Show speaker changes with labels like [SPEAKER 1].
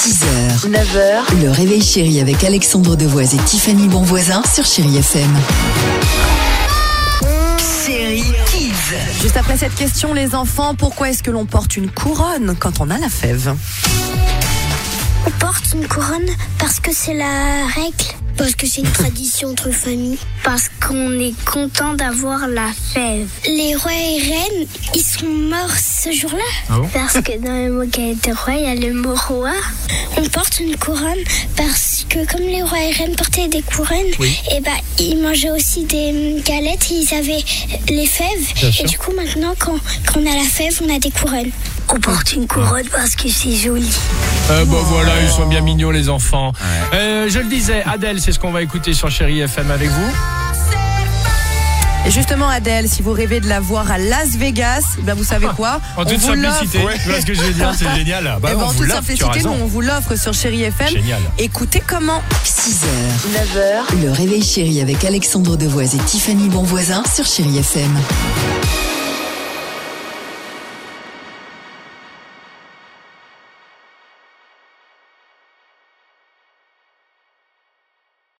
[SPEAKER 1] 6h, 9h, le réveil chéri avec Alexandre Devoise et Tiffany Bonvoisin sur Chérie FM. Chérie Kids.
[SPEAKER 2] Juste après cette question, les enfants, pourquoi est-ce que l'on porte une couronne quand on a la fève
[SPEAKER 3] On porte une couronne parce que c'est la règle. Parce que c'est une tradition entre familles. Parce qu'on est content d'avoir la fève. Les rois et reines, ils sont morts ce jour-là. parce que dans le mot qui des rois, il y a le mot roi. On porte une couronne parce que comme les rois et reines portaient des couronnes, et ben ils mangeaient aussi des hum, galettes et ils avaient les fèves. et du coup maintenant quand, quand on a la fève, on a des couronnes. On porte une couronne parce que c'est joli.
[SPEAKER 4] Euh,
[SPEAKER 5] Oh.
[SPEAKER 4] bon voilà, ils sont bien mignons les enfants. Euh, je le disais, Adèle, c'est ce qu'on va écouter sur Chéri FM avec vous.
[SPEAKER 2] Et justement, Adèle, si vous rêvez de la voir à Las Vegas, eh ben vous savez quoi
[SPEAKER 4] Ah, En toute
[SPEAKER 2] vous l'offre.
[SPEAKER 4] simplicité, tu vois ce que je veux dire
[SPEAKER 5] C'est génial. Bah,
[SPEAKER 2] Eh ben, en
[SPEAKER 5] on vous
[SPEAKER 2] toute
[SPEAKER 5] l'offre, tu as
[SPEAKER 2] simplicité, nous
[SPEAKER 5] raison.
[SPEAKER 2] on vous l'offre sur Chérie FM.
[SPEAKER 5] Génial.
[SPEAKER 2] Écoutez comment
[SPEAKER 1] 6h, 9h, le réveil chéri avec Alexandre Devoise et Tiffany Bonvoisin sur Chérie FM.